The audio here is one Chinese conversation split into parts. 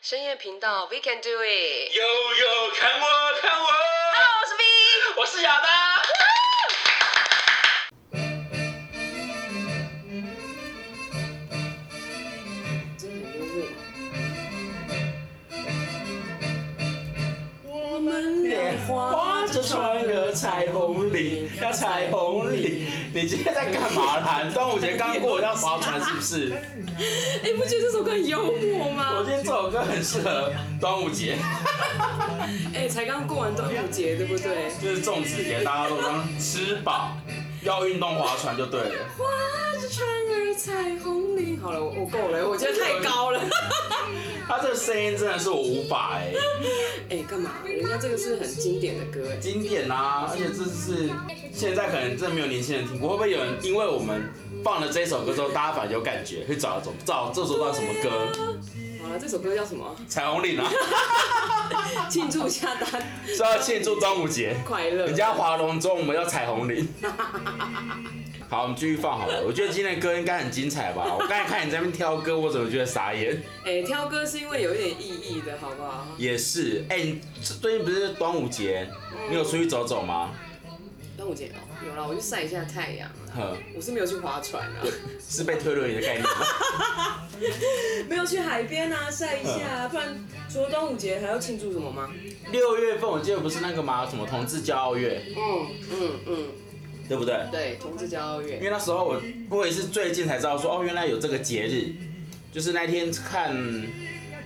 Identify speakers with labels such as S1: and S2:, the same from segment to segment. S1: 深夜频道，We can do it。
S2: 悠悠，看我，看我，
S1: Hello，我是 V。
S2: 我是亚当。我们俩划着船儿，彩虹里，要彩虹里。你今天在干嘛啦？你端午节刚过，要划船是不 是？
S1: 你哎不觉得这首歌很幽默
S2: 我
S1: 吗？
S2: 觉得这首歌很适合端午节，
S1: 哎、才刚过完端午节，对不对？
S2: 就是粽子节，大家都刚吃饱，要运动划船就对了。
S1: 哇，这船儿彩虹里。好了，我我够 了，我觉得太高了。
S2: 他这个声音真的是我无法哎、
S1: 哎、干嘛？人家这个是很经典的歌，哎，
S2: 经典啊，而且这是现在可能真的没有年轻人听过，会不会有人因为我们放了这首歌之后，大家反而有感觉，会找找找这首到底什么歌？
S1: 好了，这首歌叫什么？
S2: 彩虹岭啊，
S1: 庆祝一下大家
S2: 是要庆祝端午节，
S1: 快乐。
S2: 人家划龙舟，我们要彩虹岭。好，我们继续放好了。我觉得今天的歌应该很精彩吧？我刚才看你在那边挑歌，我怎么觉得傻眼？
S1: 哎、挑歌是因为有一点意义的，好不好？
S2: 也是，哎、你最近不是端午节，你有出去走走吗？
S1: 端午节哦，有啦，我去晒一下太阳啊。
S2: 呵，
S1: 我是没有去划船啊，
S2: 是被推轮椅的概念吗？
S1: 没有去海边啊，晒一下、啊，不然除了端午节还要庆祝什么吗？
S2: 六月份我记得不是那个吗？什么同志骄傲月，
S1: 嗯嗯嗯，
S2: 对不对？
S1: 对，同志骄傲月
S2: 因。为那时候我我也是最近才知道说，哦，原来有这个节日，就是那天看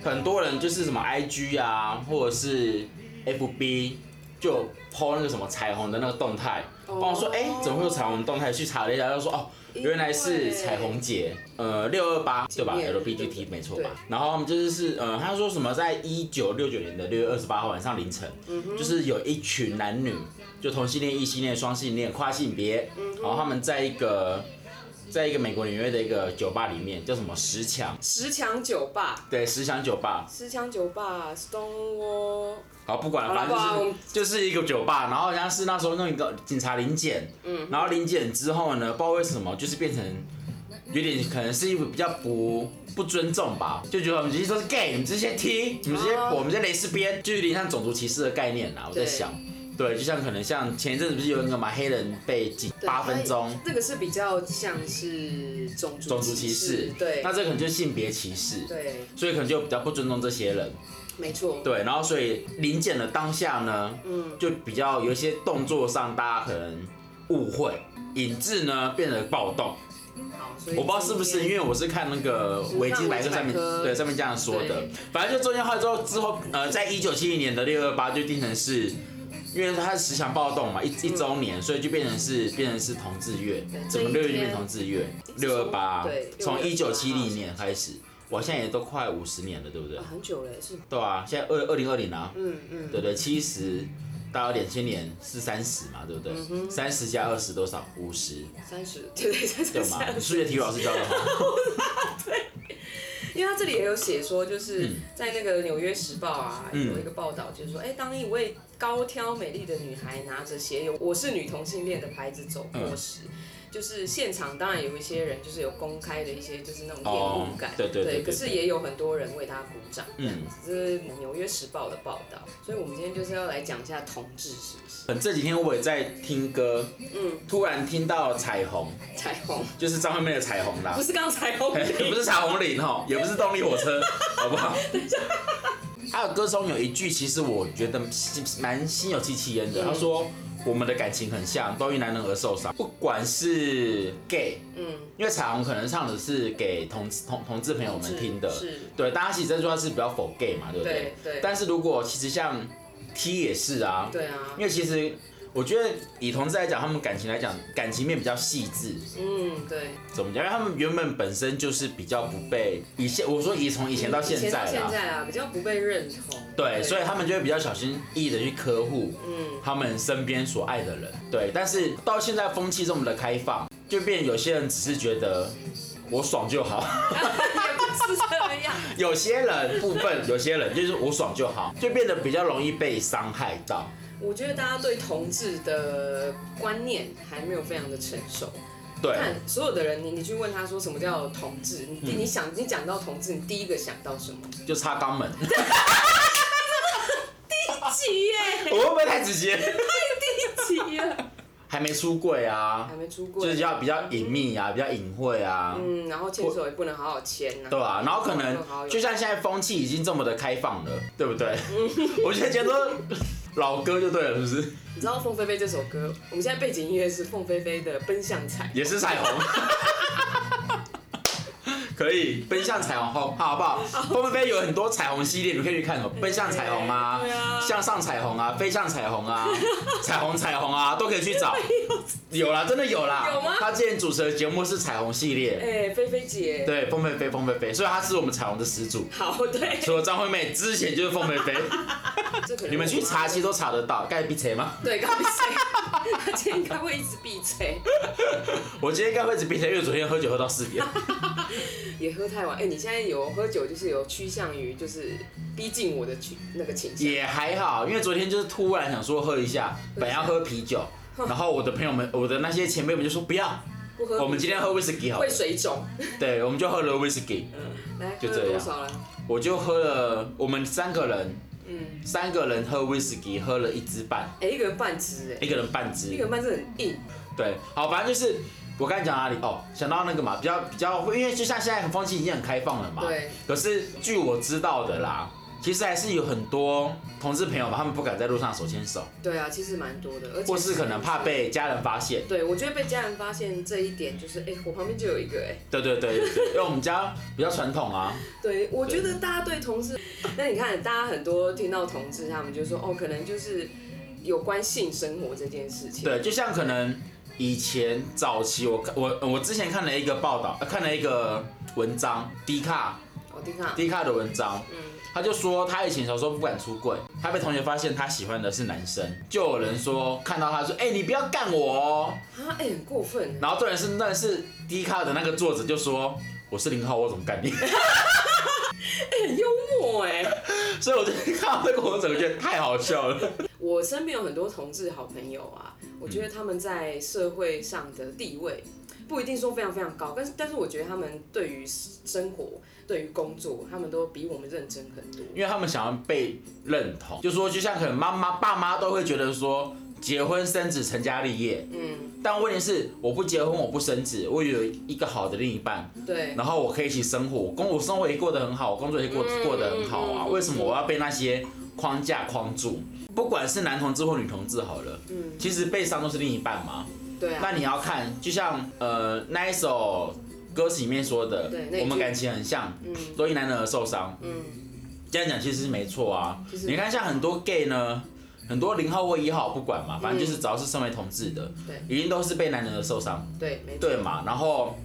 S2: 很多人就是什么 IG 啊，或者是 FB 就 PO 那个什么彩虹的那个动态，
S1: 哦
S2: 帮我说，哎、怎么会有彩虹动态？去查了一下，他说，哦。原来是彩虹节，呃，六二八对吧
S1: 纪念日对
S2: ？LBGT 没错吧
S1: 对？
S2: 然后他们就是是，呃，他说什么，在一九六九年的六月二十八号晚上凌晨，
S1: 嗯
S2: 就是有一群男女，就同性恋、异性恋、双性恋、跨性别，
S1: 嗯
S2: 然后他们在一个在一个美国纽约的一个酒吧里面，叫什么十强，
S1: 十强酒吧，
S2: 对，十强酒吧，
S1: 十强酒吧，Stone Wall，
S2: 好，不管了，
S1: 好了
S2: 反
S1: 不然我
S2: 正
S1: 们
S2: 就是就是一个酒吧，然后人家是那时候弄一个警察临检，嗯，然后临检之后呢，不知道为什么就是变成有点可能是一个比较不不尊重吧，就觉得我们这些都是 gay，你们这些 T，你们这些、
S1: 哦
S2: 我们这些蕾丝边，就有点像种族歧视的概念啊啦。我在
S1: 对
S2: 想，对，就像可能像前一阵子不是有那个嘛黑人被禁
S1: 对
S2: 八分钟，
S1: 这个是比较像是种族
S2: 种族歧视，
S1: 对
S2: 那这可能就是性别歧视，
S1: 对，
S2: 所以可能就比较不尊重这些人。
S1: 没错，
S2: 对，然后所以临检的当下呢，嗯，就比较有一些动作上大家可能误会，引致呢变得暴动。
S1: 好，所以
S2: 我不知道是不是，因为我是看那个维基百科上面
S1: 维基百科
S2: 对上面这样说的
S1: 对，
S2: 反正就中间后来之后之后，呃，在一九七零年的六二八就定成是。因为它是十强暴动嘛，一一周年，所以就变成是变成是同志月，
S1: 这
S2: 整
S1: 一
S2: 个六月就变
S1: 天
S2: 同志月，六二八啊
S1: 对，
S2: 从一九七
S1: 628
S2: 零年开始，我现在也都快五十年了，对不对
S1: 啊？很久了，是，
S2: 对啊，现在二二零二零啊，
S1: 嗯嗯，
S2: 对对，七十到两千年是三十嘛，对不
S1: 嗯
S2: 对？三十加二十多少？五十，
S1: 三十，对对对
S2: 对
S1: 对
S2: 吗？
S1: 三
S2: 你
S1: 十，
S2: 数学体育老师教的好，
S1: 因为他这里也有写说，就是在那个《纽约时报》啊，
S2: 嗯
S1: 有一个报道，就是说，哎、当一位高挑美丽的女孩拿着写有“我是女同性恋”的牌子走
S2: 嗯
S1: 过时。就是现场当然有一些人，就是有公开的一些就是那种厌
S2: 哦
S1: 恶感，
S2: 对对对对
S1: 可是也有很多人为她鼓掌，这样
S2: 嗯
S1: 子。这是《纽约时报》的报道，所以我们今天就是要来讲一下同志是不是？
S2: 嗯这几天我也在听歌，嗯，突然听到彩虹，
S1: 彩虹
S2: 就是张惠妹的彩虹啦
S1: 不，是刚才虹
S2: 不是彩虹岭哦，也不是动力火 车，好不好？还有歌中有一句，其实我觉得蛮心有戚戚焉的。他说：“
S1: 嗯
S2: 我们的感情很像，都因男人而受伤，不管是 gay，
S1: 嗯，
S2: 因为彩虹可能唱的是给同同同志朋友们听的，
S1: 是
S2: 对，大家其实这句话是比较否 gay 嘛，对不对？
S1: 对对
S2: 但是如果其实像 T 也是啊，
S1: 对啊
S2: 因，为其实我觉得以同志来讲，他们感情来讲，感情面比较细致，
S1: 嗯，对，
S2: 怎么讲？因为他们原本本身就是比较不被以现，我说以从以前到现
S1: 以前
S2: 在
S1: 到
S2: 啦，
S1: 现在啊，比较不被认同，
S2: 对，所以他们就会比较小心翼翼的去呵护，
S1: 嗯
S2: 他们身边所爱的人。对，但是到现在风气这么的开放，就变有些人只是觉得我爽就好，
S1: 也不是这样。
S2: 有些人部分有些人就是我爽就好，就变得比较容易被伤害到。
S1: 我觉得大家对同志的观念还没有非常的成熟，
S2: 对，
S1: 看所有的人，你你去问他说什么叫同志，你、
S2: 嗯
S1: 你想你讲到同志，你第一个想到什么？
S2: 就插肛 门，
S1: 急耶，
S2: 我会不会太直接？
S1: 急了，
S2: 还没出柜啊
S1: 还，没出
S2: 就
S1: 柜，
S2: 是要比较隐秘啊，比较隐晦啊，
S1: 嗯，然后牵手也不能好好牵呐、
S2: 对吧、然后可
S1: 不好好
S2: 能
S1: 有
S2: 就像现在风气已经这么的开放了，对不 对？我觉得觉得老歌就对了，是不是？
S1: 你知道凤飞飞这首歌，我们现在背景音乐是凤飞飞的《奔向彩》，
S2: 也是彩虹。 可以奔向彩虹，好，好不好？风飞飞有很多彩虹系列，你们可以去看哦。奔向彩虹啊
S1: 对啊，
S2: 向上彩虹啊，飞向彩虹 啊，彩虹彩虹啊，都可以去找。有啦，真的有啦。
S1: 有吗
S2: 他之前主持的节目是彩虹系列，
S1: 哎、菲菲姐，
S2: 对，风飞飞，风飞飞，所以他是我们彩虹的始祖。
S1: 好对，
S2: 除了张惠妹之前就是风飞 飞，
S1: 这可能
S2: 你们去查其
S1: 其
S2: 实都查得到。盖比谁吗？
S1: 对，刚闭嘴，他今天应该会一直闭嘴，
S2: 我今天应该会一直比谁，因为昨天喝酒喝到四点。
S1: 也喝太晚。哎、你现在有喝酒就是有趋向于就是逼近我的去那个倾向，
S2: 也还好，因为昨天就是突然想说喝一下，本来要喝啤 酒，然后我的朋友们，我的那些前辈们就说不要，
S1: 不喝
S2: 我们今天喝 whisky 好了
S1: 会，水肿。
S2: 对，我们就喝了 whisky，
S1: 来，
S2: 就
S1: 喝了
S2: 这样
S1: 多少了？
S2: 我就喝了，我们三个人，
S1: 嗯，
S2: 三个人喝 whisky 喝了一支半，
S1: 哎、一个人半只哎、
S2: 一个人半
S1: 一
S2: 支
S1: 个，人半只很硬，
S2: 对，好，反正就是我刚才讲哪里哦，想到那个嘛，比较比较，因为就像现在风气已经很开放了嘛，
S1: 对。
S2: 可是据我知道的啦，其实还是有很多同志朋友嘛，他们不敢在路上手牵手，
S1: 对啊，其实蛮多的，而且
S2: 或是可能怕被家人发现。
S1: 对，我觉得被家人发现这一点，就是哎、我旁边就有一个哎、
S2: 对对对对对，因为我们家比较传统 啊，
S1: 对，我觉得大家对同志，那你看，大家很多听到同志，他们就说哦，可能就是有关性生活这件事情。
S2: 对，就像可能以前早期我看我我之前看了一个报道，呃看了一个文章，迪卡
S1: 我听看，
S2: 迪卡的文章，
S1: 嗯，
S2: 他就说他以前小时候不敢出柜，他被同学发现他喜欢的是男生，就有人说看到他说，哎、你不要干我哦，
S1: 啊，哎、很过分，
S2: 然后重点是那是迪卡的那个作者就说我是零号，我怎么干你？
S1: 很幽默哎、
S2: 所以我就看到这个，我整个觉得太好笑了。
S1: 我身边有很多同志好朋友啊，我觉得他们在社会上的地位不一定说非常非常高，但是但是我觉得他们对于生活、对于工作，他们都比我们认真很多。
S2: 因为他们想要被认同，就说就像可能妈妈、爸妈都会觉得说结婚生子、成家立业，
S1: 嗯，
S2: 但问题是我不结婚，我不生子，我有一个好的另一半，
S1: 对，
S2: 然后我可以一起生活，我工我生活也过得很好，我工作也过
S1: 嗯
S2: 过得很好啊，
S1: 嗯嗯
S2: 为什么我要被那些框架框住？不管是男同志或女同志好了，
S1: 嗯，
S2: 其实悲伤都是另一半嘛。
S1: 对啊，
S2: 那你要看，就像呃那一首歌词里面说的
S1: 对那一，
S2: 我
S1: 句
S2: 们感情很像，
S1: 嗯
S2: 都因男人而受伤。
S1: 嗯，
S2: 这样讲其实是没错啊
S1: 其。实
S2: 你看，像很多 gay 呢，很多零号或一号不管嘛，反正就是只要是身为同志的，
S1: 嗯对
S2: 一定都是被男人的受伤，
S1: 对，没错，
S2: 对嘛？然后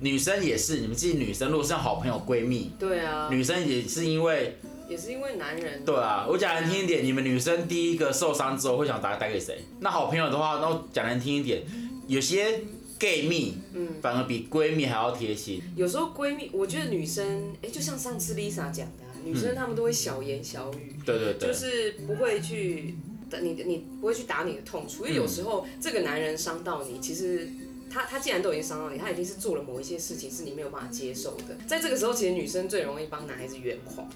S2: 女生也是，你们自己女生如果是好朋友闺蜜，
S1: 对啊，
S2: 女生也是因为
S1: 也是因为男人，
S2: 对啊，我讲难听一点，你们女生第一个受伤之后会想打打给谁？那好朋友的话，那我讲难听一点，有些 gay 蜜，
S1: 嗯
S2: 反而比闺蜜还要贴心。
S1: 有时候闺蜜，我觉得女生，哎、就像上次 Lisa 讲的啊、女生她们都会小言小语，
S2: 对对对，
S1: 嗯就是不会去打你，你不会去打你的痛处，因为
S2: 嗯
S1: 有时候这个男人伤到你，其实。他他既然都已经伤到你，他已经是做了某一些事情是你没有办法接受的。在这个时候，其实女生最容易帮男孩子圆谎，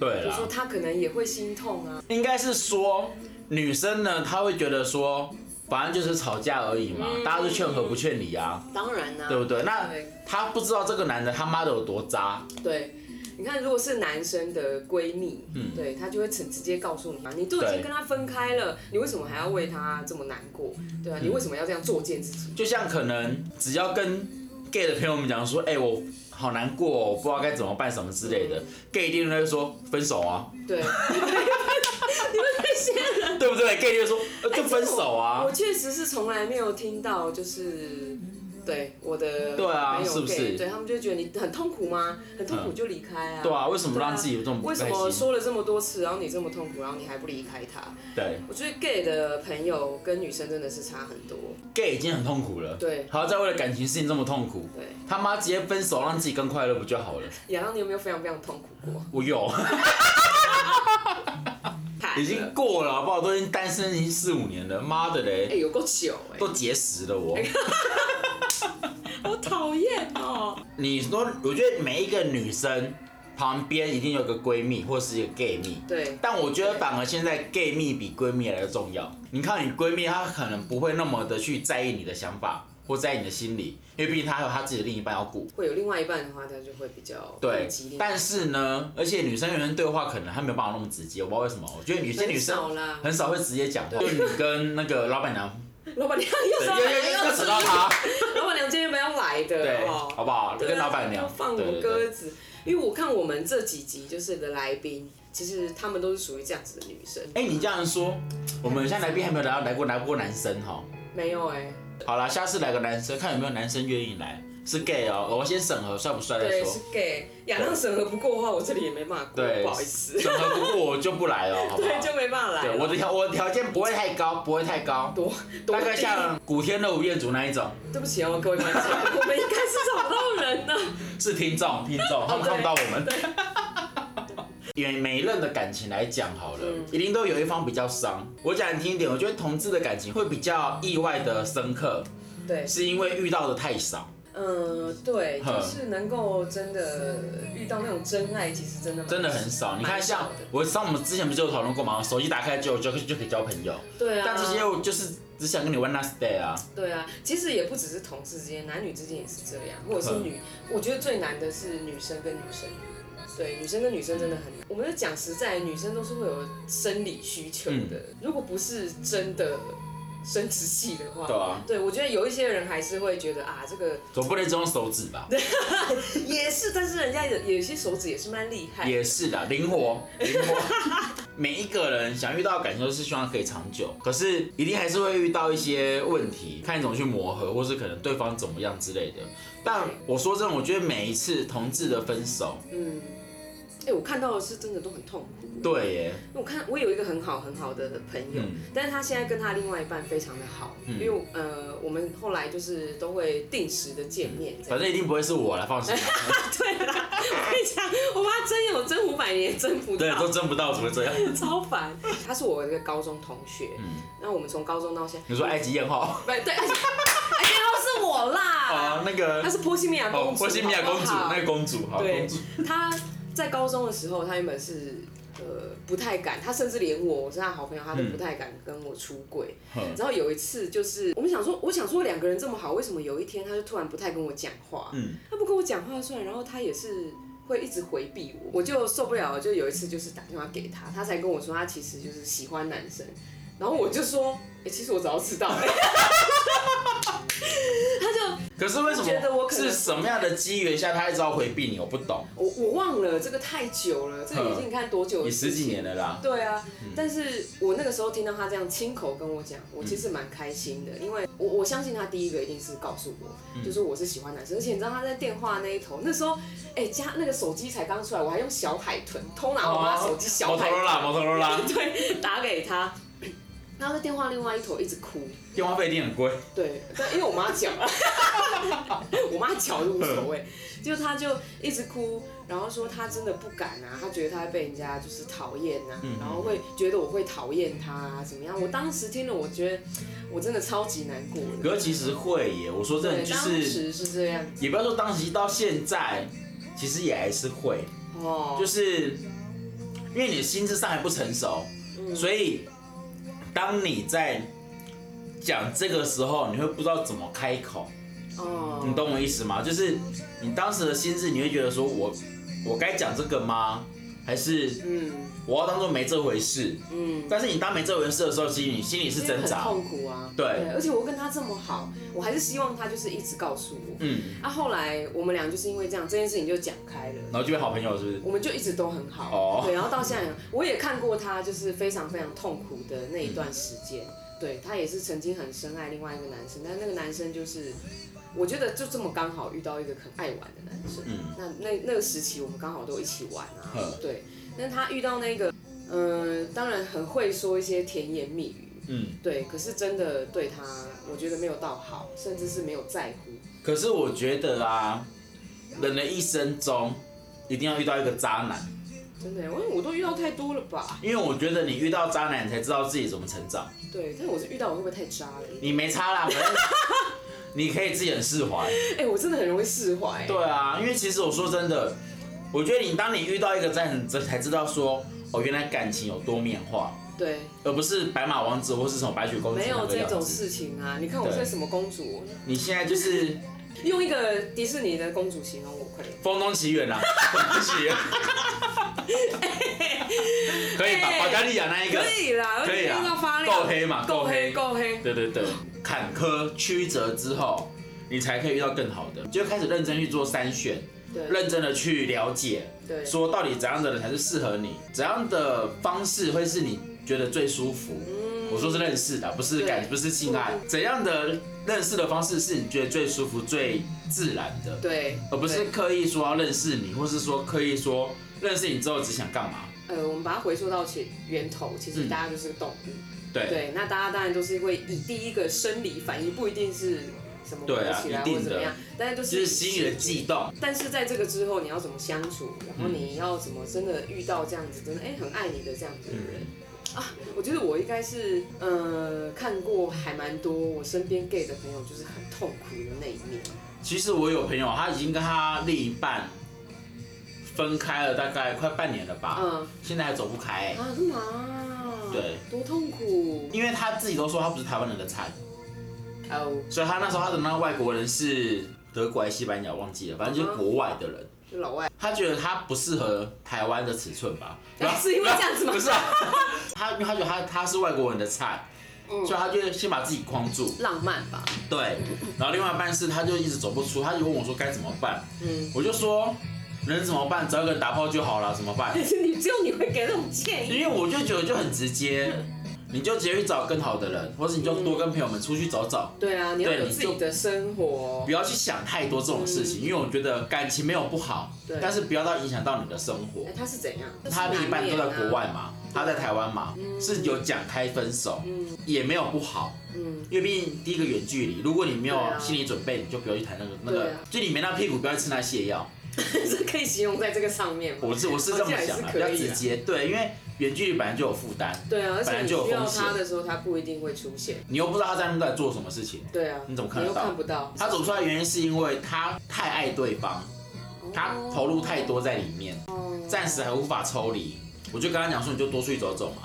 S2: 对啊
S1: 就
S2: 啦。
S1: 说他可能也会心痛啊，
S2: 应该是说女生呢，她会觉得说，反正就是吵架而已嘛，
S1: 嗯
S2: 大家都劝和不劝离啊，
S1: 当然啦、
S2: 对不对？那
S1: 对
S2: 她不知道这个男的他妈的有多渣，
S1: 对，你看，如果是男生的闺蜜，对他就会直直接告诉你嘛，你都已经
S2: 嗯对
S1: 跟他分开了，你为什么还要为他这么难过？对啊，你为什么要这样作践自己？
S2: 就像可能只要跟 gay 的朋友们讲说，哎、我好难过、哦，我不知道该怎么办什么之类的，gay
S1: 嗯
S2: 一定会说分手啊，
S1: 对，你们那些 人，
S2: 对不对？gay 就会说、呃、
S1: 哎
S2: 就分手啊
S1: 我，确实是从来没有听到，就是。对我的
S2: 对啊
S1: 朋友
S2: 是不是
S1: gay，对他们就觉得你很痛苦吗？很痛苦就离开啊。
S2: 对啊，为什么让自己有这种不
S1: 为什
S2: 开
S1: 么
S2: 心？
S1: 说了这么多次，然后你这么痛苦，然后你还不离开他？
S2: 对
S1: 我觉得 gay 的朋友跟女生真的是差很多。
S2: ，gay 已经很痛苦了，
S1: 对
S2: 还要再为了感情事情这么痛苦，
S1: 对，
S2: 他妈直接分手让自己更快乐不就好了？
S1: 亚当，你有没有非常非常痛苦过？
S2: 我 有。已经过了，好不好？都已经单身已经四五年了，妈的
S1: 哎、
S2: 嘞，
S1: 有够久哎、
S2: 都结石了我。
S1: 好讨厌哦。
S2: 你说，我觉得每一个女生旁边一定有个闺蜜或是一个 gay 蜜，
S1: 对，
S2: 但我觉得反而现在 gay 蜜比闺蜜来的重要。你看你闺蜜，她可能不会那么的去在意你的想法或在意你的心理，因为毕竟她还有她自己的另一半要顾。
S1: 会有另外一半的话，他就会比较
S2: 对
S1: 激烈，
S2: 但是呢，而且女生原生对话可能她没有办法那么直接，我不知道为什么。我觉得有些女生
S1: 很少啦
S2: 很少会直接讲话，就你跟那个老板娘，
S1: 老板娘又
S2: 对，
S1: 说
S2: 又又又扯到她，
S1: 老板娘今天不要来的
S2: 对，
S1: 哦。
S2: 好不好？
S1: 对啊
S2: 跟老板
S1: 要
S2: 娘，
S1: 放
S2: 对
S1: 我
S2: 对对
S1: 鸽子。因为我看我们这几集就是的来宾，其实他们都是属于这样子的女生。
S2: 哎、你这样说，我们现在来宾还没有来到来过来过男生哈。
S1: 没有哎、
S2: 好啦，下次来个男生，看有没有男生愿意来，是 gay 哦、我先审核帅不帅再
S1: 对，
S2: 说
S1: 是。gay。亚当审核不过的话，我这里也没办法过，
S2: 对，
S1: 不好意思，
S2: 审核不过我就不 来了，好不好
S1: 对，？就没办法来
S2: 对，我的
S1: 了。
S2: 条我的条件不会太高，不会太高，
S1: 多多
S2: 大概像古天乐、吴彦祖那一种，
S1: 对不起哦，各位观众，我们应该是找不到人啊的。
S2: 是听众，听众他们
S1: 对
S2: 看不到我们。 因为每一任的感情来讲好了，
S1: 嗯
S2: 一定都有一方比较伤。我讲难听一点，我觉得同志的感情会比较意外的深刻，
S1: 对，
S2: 是因为遇到的太少。
S1: 嗯、对，
S2: 哼
S1: 就是能够真的遇到那种真爱，其实真的蛮
S2: 真的很少。你看，像我像我们之前不是有讨论过吗？手机打开就就就可以交朋友，
S1: 对啊，
S2: 但这些我就是只想跟你 one last day 啊。
S1: 对啊，其实也不只是同事之间，男女之间也是这样，或者是
S2: 嗯
S1: 女，我觉得最难的是女生跟女生。对，女生跟女生真的很
S2: 嗯
S1: 难。我们在讲实在，女生都是会有生理需求的，
S2: 嗯
S1: 如果不是真的生殖器的话，
S2: 对啊，
S1: 对我觉得有一些人还是会觉得啊，这个
S2: 总不能只用手指吧？
S1: 也是，但是人家有有些手指也是蛮厉害的。
S2: 也是的，灵活， 灵活。每一个人想遇到的感情都是希望可以长久，可是一定还是会遇到一些问题，看你怎么去磨合，或是可能对方怎么样之类的。但我说真的，我觉得每一次同志的分手，
S1: 嗯，哎、我看到的是真的都很痛苦。
S2: 对耶，
S1: 我看我有一个很好很好的朋友，
S2: 嗯
S1: 但是他现在跟他另外一半非常的好，因为我呃我们后来就是都会定时的见面，
S2: 嗯
S1: 这
S2: 反
S1: 样
S2: 正一定不会是我来放心。
S1: 对啦，我跟你讲，我妈真有真五百年真 不
S2: 对，
S1: 到
S2: 都，争不到，怎么会这样？
S1: 超烦。他是我的一个高中同学，
S2: 嗯
S1: 那我们从高中到现在，
S2: 你说埃及艳后
S1: 不对，对，哎而且而且他是我
S2: 啊，
S1: 啦，
S2: 那个
S1: 她是波西米亚公
S2: 哦
S1: 主，，
S2: 波西米亚公主
S1: 好不好
S2: 那个公主，好
S1: 对
S2: 公主，，
S1: 他在高中的时候，他原本是呃不太敢，他甚至连我，我是他好朋友，他都不太敢跟我出轨。
S2: 嗯哼
S1: 然后有一次，就是我们想说，我想说两个人这么好，为什么有一天他就突然不太跟我讲话？
S2: 嗯
S1: 他不跟我讲话算了，然后他也是。会一直回避我，我就受不了了。就有一次，就是打电话给他，他才跟我说他其实就是喜欢男生，然后我就说，哎、其实我早就知道了。 他就
S2: 可是为什
S1: 我觉得我
S2: 么
S1: 可能
S2: 是什么样的机缘下他一直要回避你？我不懂，
S1: 我我忘了这个太久了，这个已经你看多久？
S2: 也十几年。了啦。
S1: 对啊，但是我那个时候听到他这样亲口跟我讲，我其实蛮开心的，因为我我相信他第一个一定是告诉我，就是我是喜欢男生，而且你知道他在电话那一头，那时候哎家那个手机才刚出来，我还用小海豚偷拿我妈手机小
S2: 摩托
S1: 海
S2: 罗拉，摩
S1: 豚，
S2: 托罗拉，
S1: 对，打给他，然后在电话另外一头一直哭，
S2: 电话费一定很贵。
S1: 对，但因为我妈讲，啊 我妈讲就无所谓，就她就一直哭，然后说她真的不敢啊，她觉得她被人家就是讨厌啊，
S2: 嗯
S1: 然后会觉得我会讨厌她啊，怎么样？我当时听了，我觉得我真的超级难过的。
S2: 可是其实会耶，我说真的，
S1: 对，
S2: 就
S1: 当
S2: 是
S1: 时是这样
S2: 也不要说当时到现在，其实也还是会，
S1: 哦，
S2: 就是因为你的心智上还不成熟，
S1: 嗯
S2: 所以当你在讲这个时候，你会不知道怎么开口。
S1: 哦，
S2: 你懂我意思吗？就是你当时的心智，你会觉得说我我该讲这个吗？还是
S1: 嗯
S2: 我要当做没这回事？
S1: 嗯，
S2: 但是你当没这回事的时候，其实你心里是挣
S1: 很
S2: 扎。
S1: 痛苦啊。
S2: 对
S1: 而且我跟他这么好，我还是希望他就是一直告诉我。
S2: 嗯，
S1: 啊，后来我们俩就是因为这样，这件事情就讲开了。
S2: 然后就变好朋友，是不是？
S1: 我们就一直都很好，
S2: 哦
S1: 对，然后到现在，我也看过他就是非常非常痛苦的那一段时间，
S2: 嗯
S1: 对他也是曾经很深爱另外一个男生，但那个男生就是，我觉得就这么刚好遇到一个很爱玩的男生，
S2: 嗯
S1: 那那那个时期我们刚好都一起玩啊
S2: 呵，
S1: 对，但他遇到那个，嗯、当然很会说一些甜言蜜语，
S2: 嗯。
S1: 对，可是真的对他，我觉得没有到好，甚至是没有在乎，
S2: 可是我觉得啊，人的一生中一定要遇到一个渣男，
S1: 真的，因为我都遇到太多了吧，
S2: 因为我觉得你遇到渣男，你才知道自己怎么成长。
S1: 对，但我是遇到我会不会太渣了一点？
S2: 你没差啦，反正 你可以自己很释怀。
S1: 哎、我真的很容易释怀、
S2: 对啊，因为其实我说真的，我觉得你当你遇到一个真人，这才知道说，哦，原来感情有多面化，
S1: 对，
S2: 而不是白马王子或是什么白雪公主
S1: 没有
S2: 那个
S1: 这
S2: 样
S1: 种
S2: 子。
S1: 事情啊！你看我是
S2: 对
S1: 什么公主，
S2: 你现在就是《
S1: 用一个迪士尼的公主形容我可以。
S2: 风中奇缘》啦，风中奇缘。可以吧？
S1: 哎
S2: 保加利亚那一个
S1: 可，以啦，而
S2: 可以
S1: 且用到发
S2: 啦，
S1: 亮，
S2: 够黑嘛，
S1: 够黑，
S2: 黑，
S1: 够黑。
S2: 对对对，坎坷曲折之后，你才可以遇到更好的，你就开始认真去做筛选，
S1: 对
S2: 认真的去了解，
S1: 对，
S2: 说到底怎样的人才是适合你，怎样的方式会是你觉得最舒服。我说是认识的，不是感，
S1: 嗯对嗯
S2: 不是性爱，怎样的认识的方式是你觉得最舒服、最自然的，
S1: 对，
S2: 而不是
S1: 对
S2: 刻意说要认识你，或是说刻意说认识你之后只想干嘛。
S1: 呃，我们把它回溯到起源头，其实
S2: 嗯
S1: 大家就是个动物。
S2: 对
S1: 对，那大家当然都是会以第一个生理反应，不一定是什么
S2: 对啊
S1: 躲起来
S2: 一
S1: 或
S2: 定
S1: 者怎么
S2: 的
S1: 样，但是就
S2: 就是是心里的嗯悸动。
S1: 但是在这个之后，你要怎么相处？然后你要怎么真的遇到这样子，真的哎、很爱你的这样子的人、啊？我觉得我应该是呃看过还蛮多我身边 gay 的朋友，就是很痛苦的那一面。
S2: 其实我有朋友，他已经跟他另一半分开了，大概快半年了吧，
S1: 嗯
S2: 现在还走不开、欸，
S1: 啊，干嘛？
S2: 对，
S1: 多痛苦
S2: 因为他自己都说他不是台湾人的菜，
S1: 哦，
S2: 所以他那时候他的那个外国人是德国还是西班牙忘记了，反正就是国外的人，
S1: 就老外。
S2: 他觉得他不适合台湾的尺寸吧，
S1: 哎是因为这样子吗
S2: 不是、 啊，他因为他觉得他他是外国人的菜，
S1: 嗯
S2: 所以他就先把自己框住，
S1: 浪漫吧，
S2: 对，然后另外一半是他就一直走不出，他就问我说该怎么办，
S1: 嗯，
S2: 我就说能怎么办，找一个人打炮就好了，怎么 办
S1: 但？是 你只有你会给这种建
S2: 因
S1: 议，
S2: 为我就觉得就很直接，你就直接去找更好的人，或是你就多跟朋友们出去走走，
S1: 对啊，你要
S2: 对
S1: 有
S2: 你
S1: 自
S2: 就
S1: 己的生活
S2: 不，要去想太多这种事情，因为我觉得感情没有不好
S1: 嗯对，
S2: 但是不要到影响到你的生活
S1: 哎、。他是啊怎样？
S2: 他另一半都在国外嘛，他在台湾嘛，
S1: 嗯
S2: 是有讲开分手
S1: 嗯，
S2: 也没有不好。
S1: 嗯，
S2: 因为毕竟第一个远距离，如果你没有
S1: 对啊
S2: 心理准备，你就不要去谈那个那
S1: 对
S2: 个
S1: 啊，
S2: 就你没那屁股，不要去吃那泻药。
S1: 这可以形容在这个上面吗？
S2: 我是我是这么想的，
S1: 好
S2: 比
S1: 像也是
S2: 较
S1: 可以啊
S2: 直接。对，因为远距离本来就有负担，
S1: 对啊，而
S2: 本
S1: 且
S2: 来
S1: 你
S2: 就有
S1: 需要
S2: 风险
S1: 他的时候，他不一定会出现。
S2: 你又不知道他在那边做什么事情。
S1: 对啊，
S2: 你怎么看
S1: 你
S2: 得
S1: 又
S2: 到
S1: 看不到，
S2: 他走出来的原因是因为他太爱对方，他投入太多在里面，暂时还无法抽离。我就跟他讲说，你就多出去走走嘛，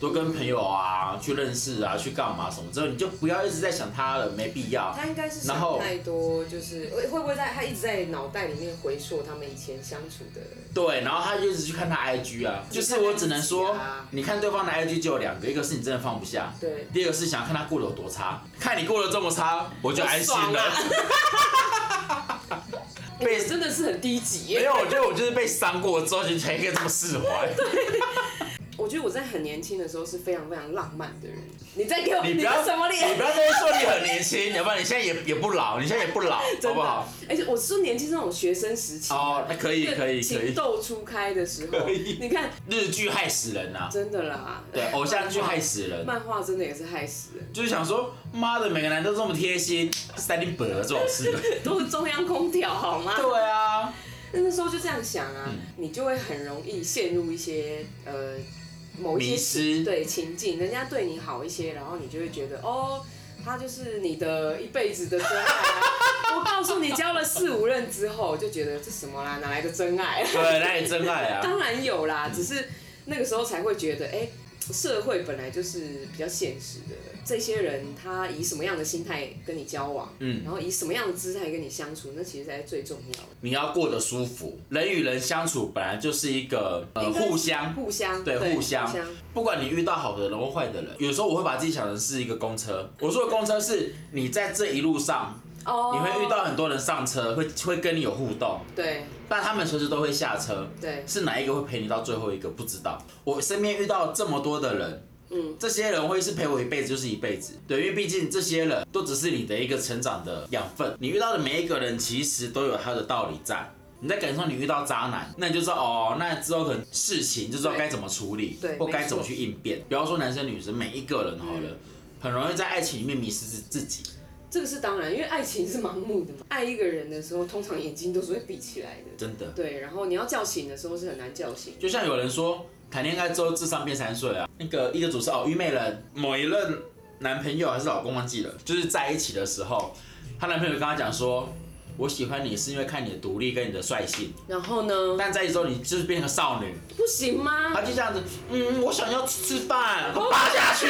S2: 多跟朋友啊去认识啊，去干嘛什么之后，你就不要一直在想他了，没必要。
S1: 他应该是
S2: 然
S1: 想
S2: 后
S1: 太多，就是会会不会在他一直在脑袋里面回溯他们以前相处的，
S2: 对，然后他就一直去看他 IG 啊，就是我只能说，你看对方的 IG 就有两个，一个是你真的放不下，
S1: 对，
S2: 第二个是想要看他过得有多差，看你过得这么差，我啊就安心
S1: 爽
S2: 了。 被
S1: 哎真的是很低级
S2: 没
S1: 耶。
S2: 有，我觉得我就是被伤过之后就才可以这么释怀。
S1: 我觉得我在很年轻的时候是非常非常浪漫的人。你在给我
S2: 你不要
S1: 在什么
S2: 你
S1: 脸
S2: 不？要再说你很年轻，要不然你现在也也不老，你现在也不老，好
S1: 真
S2: 不
S1: 的
S2: 好？，
S1: 而且我是说年轻是那种学生时期，啊
S2: 哦，那可以可以可
S1: 情
S2: 以，
S1: 窦初开的时候，
S2: 可以
S1: 你看
S2: 日剧害死人呐、啊
S1: 真的啦，
S2: 对，偶像剧害死人，
S1: 漫画真的也是害死人，
S2: 就是想说，妈的，每个男都这么贴心，三丁本了这种 事。
S1: 都是中央空调好吗？
S2: 对啊，
S1: 那那时候就这样想
S2: 嗯
S1: 啊，你就会很容易陷入一些呃某一
S2: 迷
S1: 些
S2: 失，
S1: 对情境，人家对你好一些，然后你就会觉得哦，他就是你的一辈子的真爱啊、我告诉你，交了四五任之后，就觉得这什么啦，哪来的真爱？
S2: 对，那也真爱啊。
S1: 当然有啦，只是那个时候才会觉得，哎、社会本来就是比较现实的，这些人他以什么样的心态跟你交往，
S2: 嗯
S1: 然后以什么样的姿态跟你相处，那其实才是最重要的。
S2: 你要过得舒服，人与人相处本来就是一个呃
S1: 应该是
S2: 互相，
S1: 互相，
S2: 对互相不管你遇到好的人或坏的人，有时候我会把自己想成是一个公车。我说的公车是你在这一路上，
S1: 哦，
S2: 你会遇到很多人上车，会会跟你有互动，
S1: 对
S2: 但他们随时都会下车，
S1: 对，
S2: 是哪一个会陪你到最后一个不知道。我身边遇到这么多的人。
S1: 嗯，
S2: 这些人会是陪我一辈子就是一辈子，对，因为毕竟这些人都只是你的一个成长的养分。你遇到的每一个人其实都有他的道理在。你在感受你遇到渣男，那你就知道哦，那之后可能事情就知道该怎么处理，
S1: 对
S2: 或
S1: 没
S2: 该怎么
S1: 错嗯
S2: 去应变。不要说男生女生，每一个人好了，很容易在爱情里面迷失自自己。
S1: 这个是当然，因为爱情是盲目的嘛，爱一个人的时候，通常眼睛都是会闭起来的。
S2: 真的，
S1: 对，然后你要叫醒的时候是很难叫醒。
S2: 就像有人说，谈恋爱之后智商变三岁啊。那个一个主持人哦，虞美人某一任男朋友还是老公忘记了，就是在一起的时候，她男朋友跟她讲说，我喜欢你是因为看你的独立跟你的率性，
S1: 然后呢？
S2: 但在一起之后你就是变成个少女，
S1: 不行吗
S2: 她？就这样子，嗯，我想要吃吃饭，我扒下去。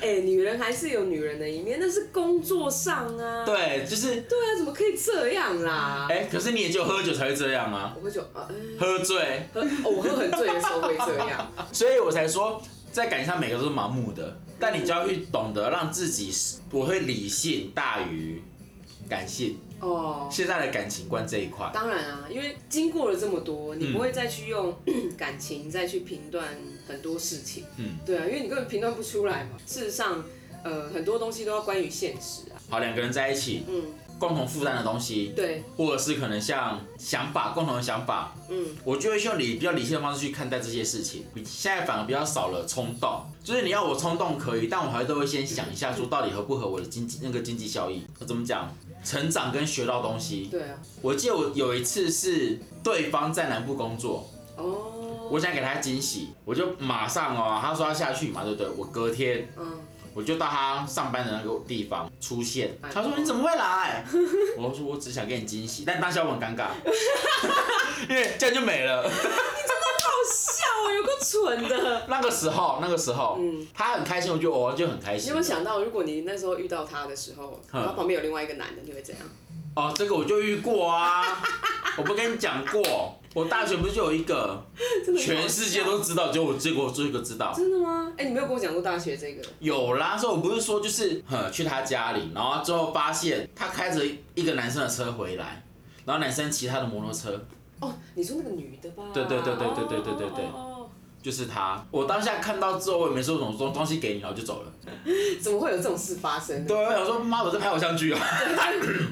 S1: 哎、女人还是有女人的一面，那是工作上啊。
S2: 对，就是，
S1: 对啊，怎么可以这样啦？
S2: 哎、可是你也只有喝酒才会这样啊，
S1: 我会觉得，呃，哎
S2: 喝醉，
S1: 喝、哦我喝很醉的时候会这样。
S2: 所以我才说，在感情上每个都是盲目的，但你就要去懂得让自己，我会理性大于感性。
S1: 哦，
S2: 现在的感情观这一块，
S1: 当然啊，因为经过了这么多，你不会再去用 感情再去评断很多事情。
S2: 嗯，
S1: 对啊，因为你根本评断不出来嘛。事实上，呃，很多东西都要关于现实啊。
S2: 好，两个人在一起，
S1: 嗯，
S2: 共同负担的东西，
S1: 对，
S2: 或者是可能像想法，共同的想法，
S1: 嗯，
S2: 我就会用理比较理性的方式去看待这些事情。你现在反而比较少了冲动，就是你要我冲动可以，但我还都会先想一下，说到底合不合我的经济那个经济效益，怎么讲，成长跟学到东西。
S1: 对啊。
S2: 我记得我有一次是对方在南部工作，
S1: 哦，
S2: 我想给他惊喜，我就马上哦，他说他下去嘛，对不对？我隔天
S1: 嗯，
S2: 我就到他上班的那个地方出 现，他说你怎么会来？我说我只想给你惊喜，但当下我很尴尬，因为这样就没了。
S1: 好笑啊，有个蠢的。
S2: 那个时候，那个时候，
S1: 嗯
S2: 他很开心，我就我就很开
S1: 你
S2: 心
S1: 有没有。想到，如果你那时候遇到他的时候，
S2: 嗯
S1: 然后旁边有另外一个男的，你会 怎样？
S2: 哦，这个我就遇过啊， 我不跟你讲过，我大学不是就有一个，
S1: 真的很好笑
S2: 全世界都知道，只有我结果我只有一个知道。
S1: 真的吗？哎、你没有跟我讲过大学这个。
S2: 有啦，所以我不是说就是，哼，去他家里，然后最后发现他开着一个男生的车回来，然后男生骑他的摩托车，
S1: 哦，你说那个女的吧？
S2: 对对对对对对对对对
S1: 哦哦
S2: 就是他。我当下看到之后，我也没说什么东东西给你，然后就走了。
S1: 哦怎么会有这种事发生呢？
S2: 对，我想说，妈，我在拍偶像剧啊。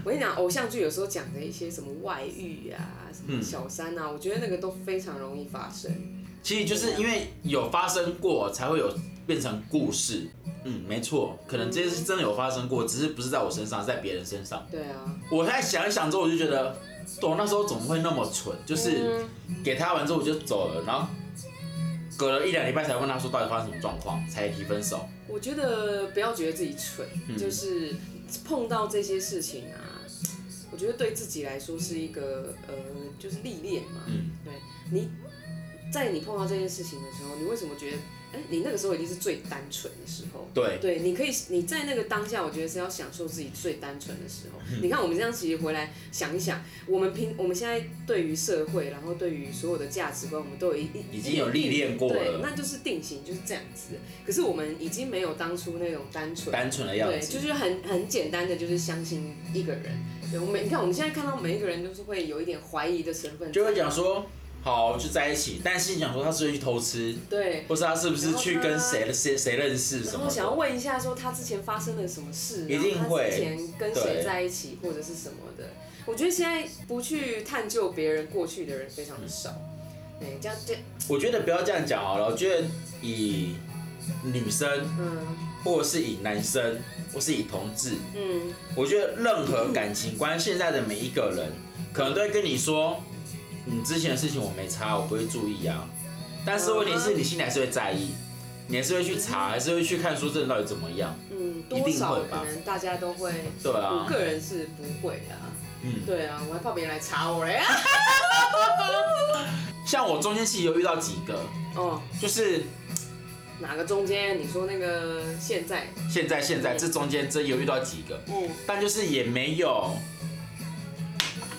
S1: 我跟你讲，偶像剧有时候讲的一些什么外遇啊、什么小三啊，我觉得那个都非常容易发生。
S2: 其实就是因为有发生过，才会有变成故事。嗯，没错，可能这件事真的有发生过，只是不是在我身上，在别人身上。
S1: 对啊，
S2: 我在想一想之后，我就觉得，我那时候怎么会那么蠢？就是
S1: 嗯
S2: 给他完之后我就走了，然后隔了一两礼拜才问他说到底发生什么状况，才提分手。
S1: 我觉得不要觉得自己蠢，就是碰到这些事情啊，我觉得对自己来说是一个呃，就是历练嘛。
S2: 嗯，
S1: 对你，在你碰到这件事情的时候，你为什么觉得，哎、你那个时候一定是最单纯的时候？
S2: 对，
S1: 对，你可以，你在那个当下，我觉得是要享受自己最单纯的时候。
S2: 嗯
S1: 你看，我们这样其实回来想一想，我们平我们现在对于社会，然后对于所有的价值观，我们都有一一
S2: 已经有历练过
S1: 对，
S2: 了，
S1: 那就是定型，就是这样子。可是我们已经没有当初那种单纯，
S2: 单纯的样
S1: 对，
S2: 子。
S1: 就是很很简单的，就是相信一个人。对，我们你看，我们现在看到每一个人都是会有一点怀疑的身份，
S2: 就会讲说，好就在一起，但是你想说他是不是去偷吃，
S1: 对。
S2: 或是他是不是去跟谁了谁谁认识什
S1: 然
S2: 么
S1: 后想要
S2: 的？
S1: 问一下，说他之前发生了什么事，
S2: 一定
S1: 然后他
S2: 会
S1: 之前跟谁在一起或者是什么的。我觉得现在不去探究别人过去的人非常的少，
S2: 嗯
S1: 对，这样这
S2: 我觉得不要这样讲好了，我觉得以女生
S1: 嗯
S2: 或者是以男生或是以同志，
S1: 嗯，
S2: 我觉得任何感情观，现在的每一个人可能都会跟你说，你之前的事情我没差，我不会注意啊。但是问题是你心里还是会在意，你还是会去查，还是会去看说这人到底怎么样。
S1: 嗯，
S2: 一
S1: 多
S2: 定
S1: 少
S2: 会
S1: 可
S2: 吧
S1: 能大家都会，
S2: 对
S1: 我
S2: 啊，
S1: 个人是不会的啊。
S2: 嗯
S1: 对啊，我还怕别人来查我嘞。
S2: 像我中间其实有遇到几个，
S1: 哦，
S2: 就是
S1: 哪个中间？你说那个现在？
S2: 现在现在这中间真有遇到几个，
S1: 嗯，
S2: 但就是也没有，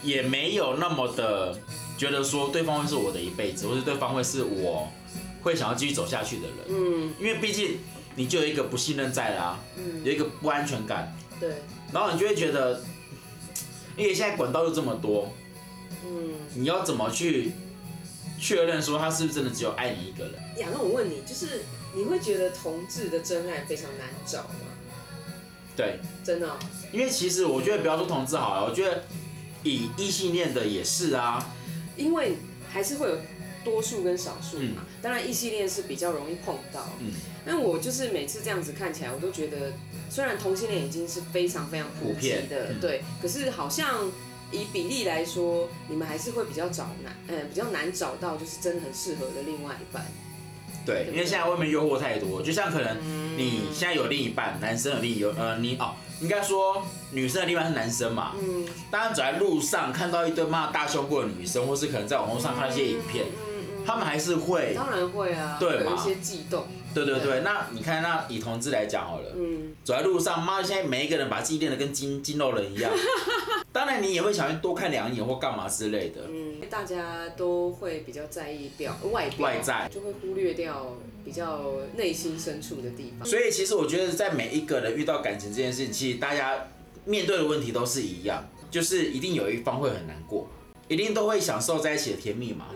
S2: 也没有那么的觉得说对方会是我的一辈子，或是对方会是我会想要继续走下去的人。
S1: 嗯
S2: 因为毕竟你就有一个不信任在啦、
S1: 嗯，
S2: 有一个不安全感，
S1: 对，
S2: 然后你就会觉得，因为现在管道又这么多，
S1: 嗯。
S2: 你要怎么去确认说他是不是真的只有爱你一个人？
S1: 呀，那我问你，就是你会觉得同志的真爱非常难找吗？
S2: 对，
S1: 真的哦、
S2: 因为其实我觉得不要说同志好了，我觉得以异性恋的也是啊，
S1: 因为还是会有多数跟少数嘛。当然，异性恋是比较容易碰到。
S2: 嗯
S1: 那我就是每次这样子看起来，我都觉得，虽然同性恋已经是非常非常普及
S2: 普遍
S1: 的，
S2: 嗯
S1: 对，可是好像以比例来说，你们还是会比较找难，呃，比较难找到就是真的很适合的另外一半。
S2: 对，因为现在外面诱惑太多，就像可能你现在有另一半，男生有另一有呃，你哦，应该说女生的另一半是男生嘛，
S1: 嗯
S2: 当然走在路上看到一堆骂大胸部的女生，或是可能在网络上看到一些影片，
S1: 嗯
S2: 他们还是会
S1: 嗯，，当然会啊，
S2: 对
S1: 会有一
S2: 嘛
S1: 些悸动，
S2: 对对对，那你看，那以同志来讲好了，
S1: 嗯，
S2: 走在路上，妈，现在每一个人把自己练得跟筋筋肉人一 样，当然你也会想去多看两眼或干嘛之类的，
S1: 嗯，大家都会比较在意表外表
S2: 外在
S1: 就会忽略掉比较内心深处的地方。
S2: 所以其实我觉得，在每一个人遇到感情这件事情，其实大家面对的问题都是一样，就是一定有一方会很难过，一定都会享受在一起的甜蜜嘛。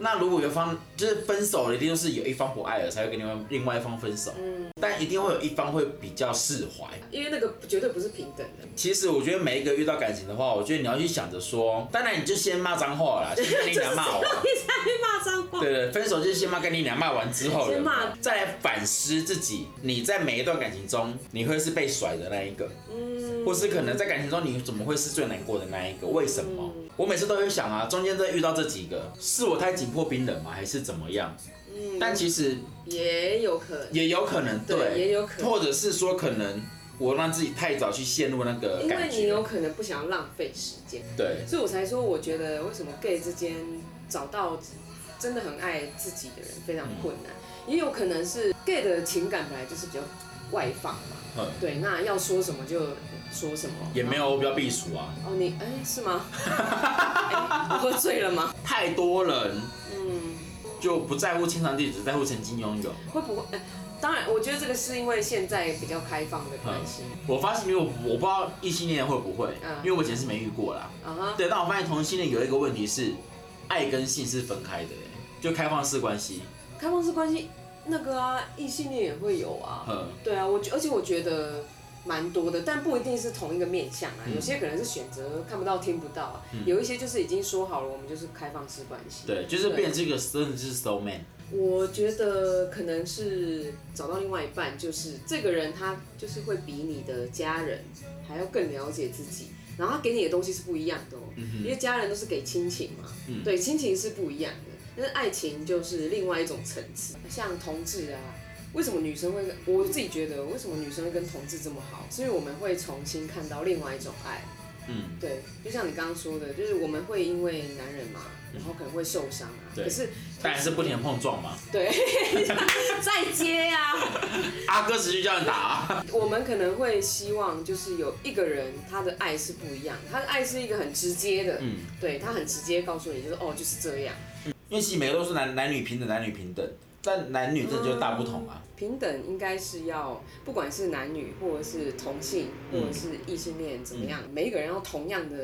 S2: 那如果有一方就是分手了，一定就是有一方不爱了，才会跟另外另外一方分手。但一定会有一方会比较释怀。
S1: 因为那个绝对不是平等的，
S2: 其实我觉得每一个遇到感情的话，我觉得你要去想着说，当然你就先骂脏话啦，先跟你娘骂 啊完。
S1: 骂脏 话。
S2: 对对，分手就是先骂跟你娘骂完之后
S1: 先骂
S2: 了，再来反思自己，你在每一段感情中，你会是被甩的那一个，或是可能在感情中你怎么会是最难过的那一个？为什么？
S1: 嗯
S2: 我每次都会想啊，中间这遇到这几个，是我太紧迫冰冷吗？还是怎么样？
S1: 嗯
S2: 但其实
S1: 也有可能，
S2: 也有可能，
S1: 对也有可能
S2: 或者是说可能我让自己太早去陷入那个
S1: 因为
S2: 感
S1: 你有
S2: 觉，
S1: 可能不想要浪费时间，
S2: 对，
S1: 所以我才说，我觉得为什么 gay 之间找到真的很爱自己的人非常困难，
S2: 嗯
S1: 也有可能是 gay 的情感本来就是比较外放嘛，
S2: 嗯
S1: 对，那要说什么就说什么，
S2: 也没有比较避暑啊，
S1: 哦，你哎、是 吗？哎我喝醉了吗？
S2: 太多人
S1: 嗯，
S2: 就不在乎天长地久，只在乎曾经拥有。
S1: 会不会？哎当然，我觉得这个是因为现在比较开放的关系
S2: 我发现，因为我我不知道异性恋会不会，
S1: 嗯
S2: 因为我以前是没遇过啦。
S1: 啊哈，
S2: 对，但我发现同性恋有一个问题是，爱跟性是分开的耶，就开放式关系。
S1: 开放式关系那个啊，异性恋也会有啊，
S2: 嗯，
S1: 对啊，我觉而且我觉得蛮多的，但不一定是同一个面向啊，有些可能是选择看不到、听不到啊，有一些就是已经说好了，我们就是开放式关系。
S2: 对，就是变成这个真的就是 soul man。
S1: 我觉得可能是找到另外一半，就是这个人他就是会比你的家人还要更了解自己，然后他给你的东西是不一样的哦，因为家人都是给亲情嘛，对，亲情是不一样的，但是爱情就是另外一种层次。像同志啊，为什么女生会跟我自己觉得为什么女生会跟同志这么好，是因为我们会重新看到另外一种爱。
S2: 嗯，
S1: 对，就像你刚刚说的，就是我们会因为男人嘛，然后可能会受伤啊，
S2: 对
S1: 可是
S2: 但还是不停碰撞嘛。
S1: 对， 再接呀、
S2: 阿哥直接叫你打、啊。
S1: 我们可能会希望就是有一个人他的爱是不一样，他的爱是一个很直接的，
S2: 嗯，
S1: 对他很直接告诉你就是哦就是这样，
S2: 因为其实每个都是男男女平等，男女平等，但男女这就是大不同啊。
S1: 平等应该是要不管是男女或者是同性或者是异性恋怎么样，
S2: 嗯
S1: 每一个人要同样的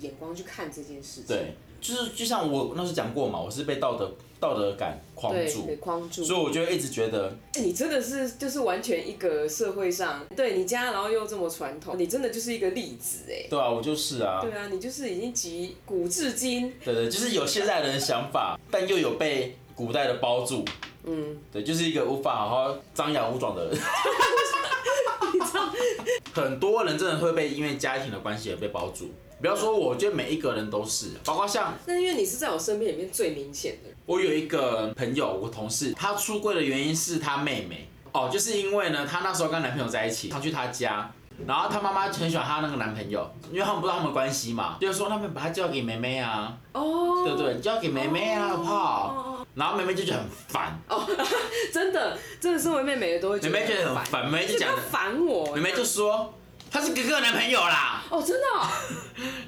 S1: 眼光去看这件事情，
S2: 对，就是就像我那时候讲过嘛，我是被道德道德感框
S1: 对，
S2: 住
S1: 对，，框住。
S2: 所以我就一直觉得
S1: 哎你真的是就是完全一个社会上对你家，然后又这么传统，你真的就是一个例子哎。
S2: 对啊，我就是啊，
S1: 对啊，你就是已经集古至今，
S2: 对对，就是有现代人的想法，但又有被古代的包住。嗯，对，就是一个无法好好张扬武装的人。 很多人真的会被因为家庭的关系而被包住。不要说我，我觉得每一个人都是，包括像
S1: 那因为你是在我身边里面最明显的人。
S2: 我有一个朋友，我同事，她出柜的原因是她妹妹哦，就是因为呢，她那时候跟男朋友在一起，常去她家，然后她妈妈很喜欢她那个男朋友，因为他们不知道他们关系嘛，就是说他们把她交给妹妹啊，
S1: 哦，
S2: 对不对？交给妹妹啊，好不好？然后妹妹就觉得很烦，
S1: 哦真的，真的身为妹妹的都会觉
S2: 妹
S1: 得
S2: 妹觉得很
S1: 烦，
S2: 烦，妹妹就
S1: 不
S2: 讲
S1: 要，烦我，
S2: 妹妹就说他是哥哥的男朋友啦。
S1: 哦，真的哦、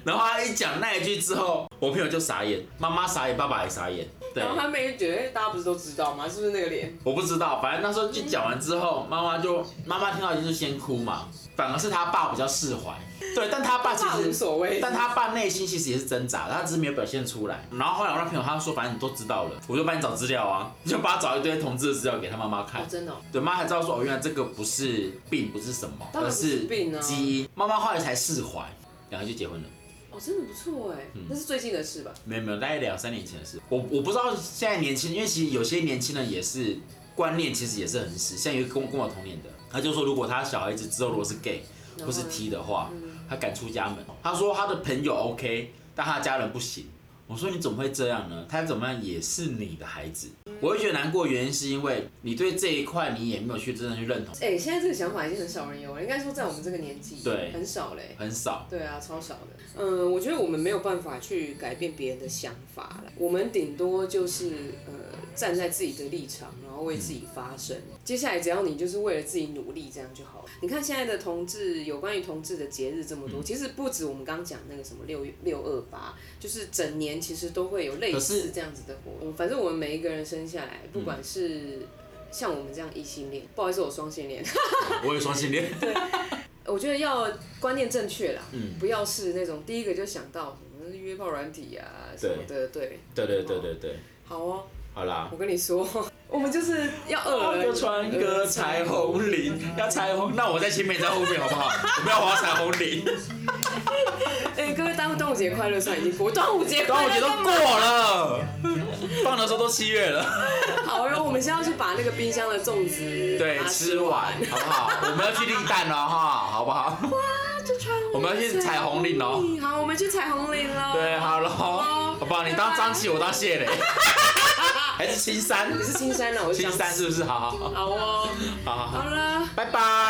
S2: 然后她一讲那一句之后，我朋友就傻眼，妈妈傻眼，爸爸也傻眼。对
S1: 然，后他妹就觉得，哎大家不是都知道吗？是不是那个脸？
S2: 我不知道，反正那时候就讲完之后，妈妈就妈妈听到就是先哭嘛，反而是他爸比较释怀。对，但他爸其
S1: 爸无
S2: 实。
S1: 所谓，
S2: 但他爸内心其实也是挣扎的，他只是没有表现出来。然后后来我那朋友他说，反正你都知道了，我就帮你找资料啊，就帮他找一堆同志的资料给他妈妈看
S1: 哦，。真的哦、
S2: 对，妈还知道说哦，原来这个不是病，不是什么，
S1: 当
S2: 而
S1: 然不是
S2: 是
S1: 病啊
S2: 基因。妈妈后来才释怀，然后就结婚了。
S1: 哦，真的不错哎，
S2: 嗯
S1: 那是最近的事吧？
S2: 没有没有，大概两三年前的事。我我不知道现在年轻，因为其实有些年轻人也是观念，其实也是很死。像有一个跟我跟我同年的，他就说，如果他小孩子之后如果是 gay 或
S1: 然后
S2: 是
S1: 呢嗯
S2: T 的话，他赶出家门。他说他的朋友 OK，但他的家人不行。我说你怎么会这样呢？他怎么样也是你的孩子，我会觉得难过，原因是因为你对这一块你也没有去真的去认同，
S1: 哎、现在这个想法已经很少人有了，应该说在我们这个年纪，
S2: 对
S1: 很少嘞。
S2: 很少。
S1: 对啊，超少的。嗯，我觉得我们没有办法去改变别人的想法了，我们顶多就是呃站在自己的立场，然后为自己发声。接下来只要你就是为了自己努力，这样就好了。你看现在的同志，有关于同志的节日这么多，其实不止我们刚刚讲那个什么六六二八，就是整年其实都会有类
S2: 可是
S1: 似这样子的活动。反正我们每一个人生下来，不管是像我们这样异性恋，不好意思，我双性恋。
S2: 我有双性恋，
S1: 我觉得要观念正确啦，
S2: 嗯
S1: 不要是那种第一个就想到什么约炮软体啊什么的，对，
S2: 对对对对对，
S1: 好哦，
S2: 好啦。
S1: 我跟你说， 我们就是要
S2: 要
S1: 二人
S2: 穿个彩，虹领，要彩虹。那我在前面在后面好不 好？我不要滑彩虹领。
S1: 哎、各位端端午节快乐，虽然已经过端午节
S2: 端
S1: 快
S2: 午
S1: 乐
S2: 节
S1: 干
S2: 都
S1: 嘛，
S2: 过了，放的时候都七月了。
S1: 好哟，我们现在要去把那个冰箱的粽子
S2: 对
S1: 把，它
S2: 吃完好不好？我们要去立蛋了哈，好不好？
S1: 就穿
S2: 我们要去彩虹岭哦，
S1: 好，我们去彩虹岭喽，
S2: 对，好喽，好不好？你当张琪，我当谢 磊，还是青山？
S1: 你是青山了，我是
S2: 青
S1: 江
S2: 山
S1: 山，
S2: 是不是？好好好
S1: 好哦，
S2: 好好好，
S1: 好啦。
S2: 拜拜。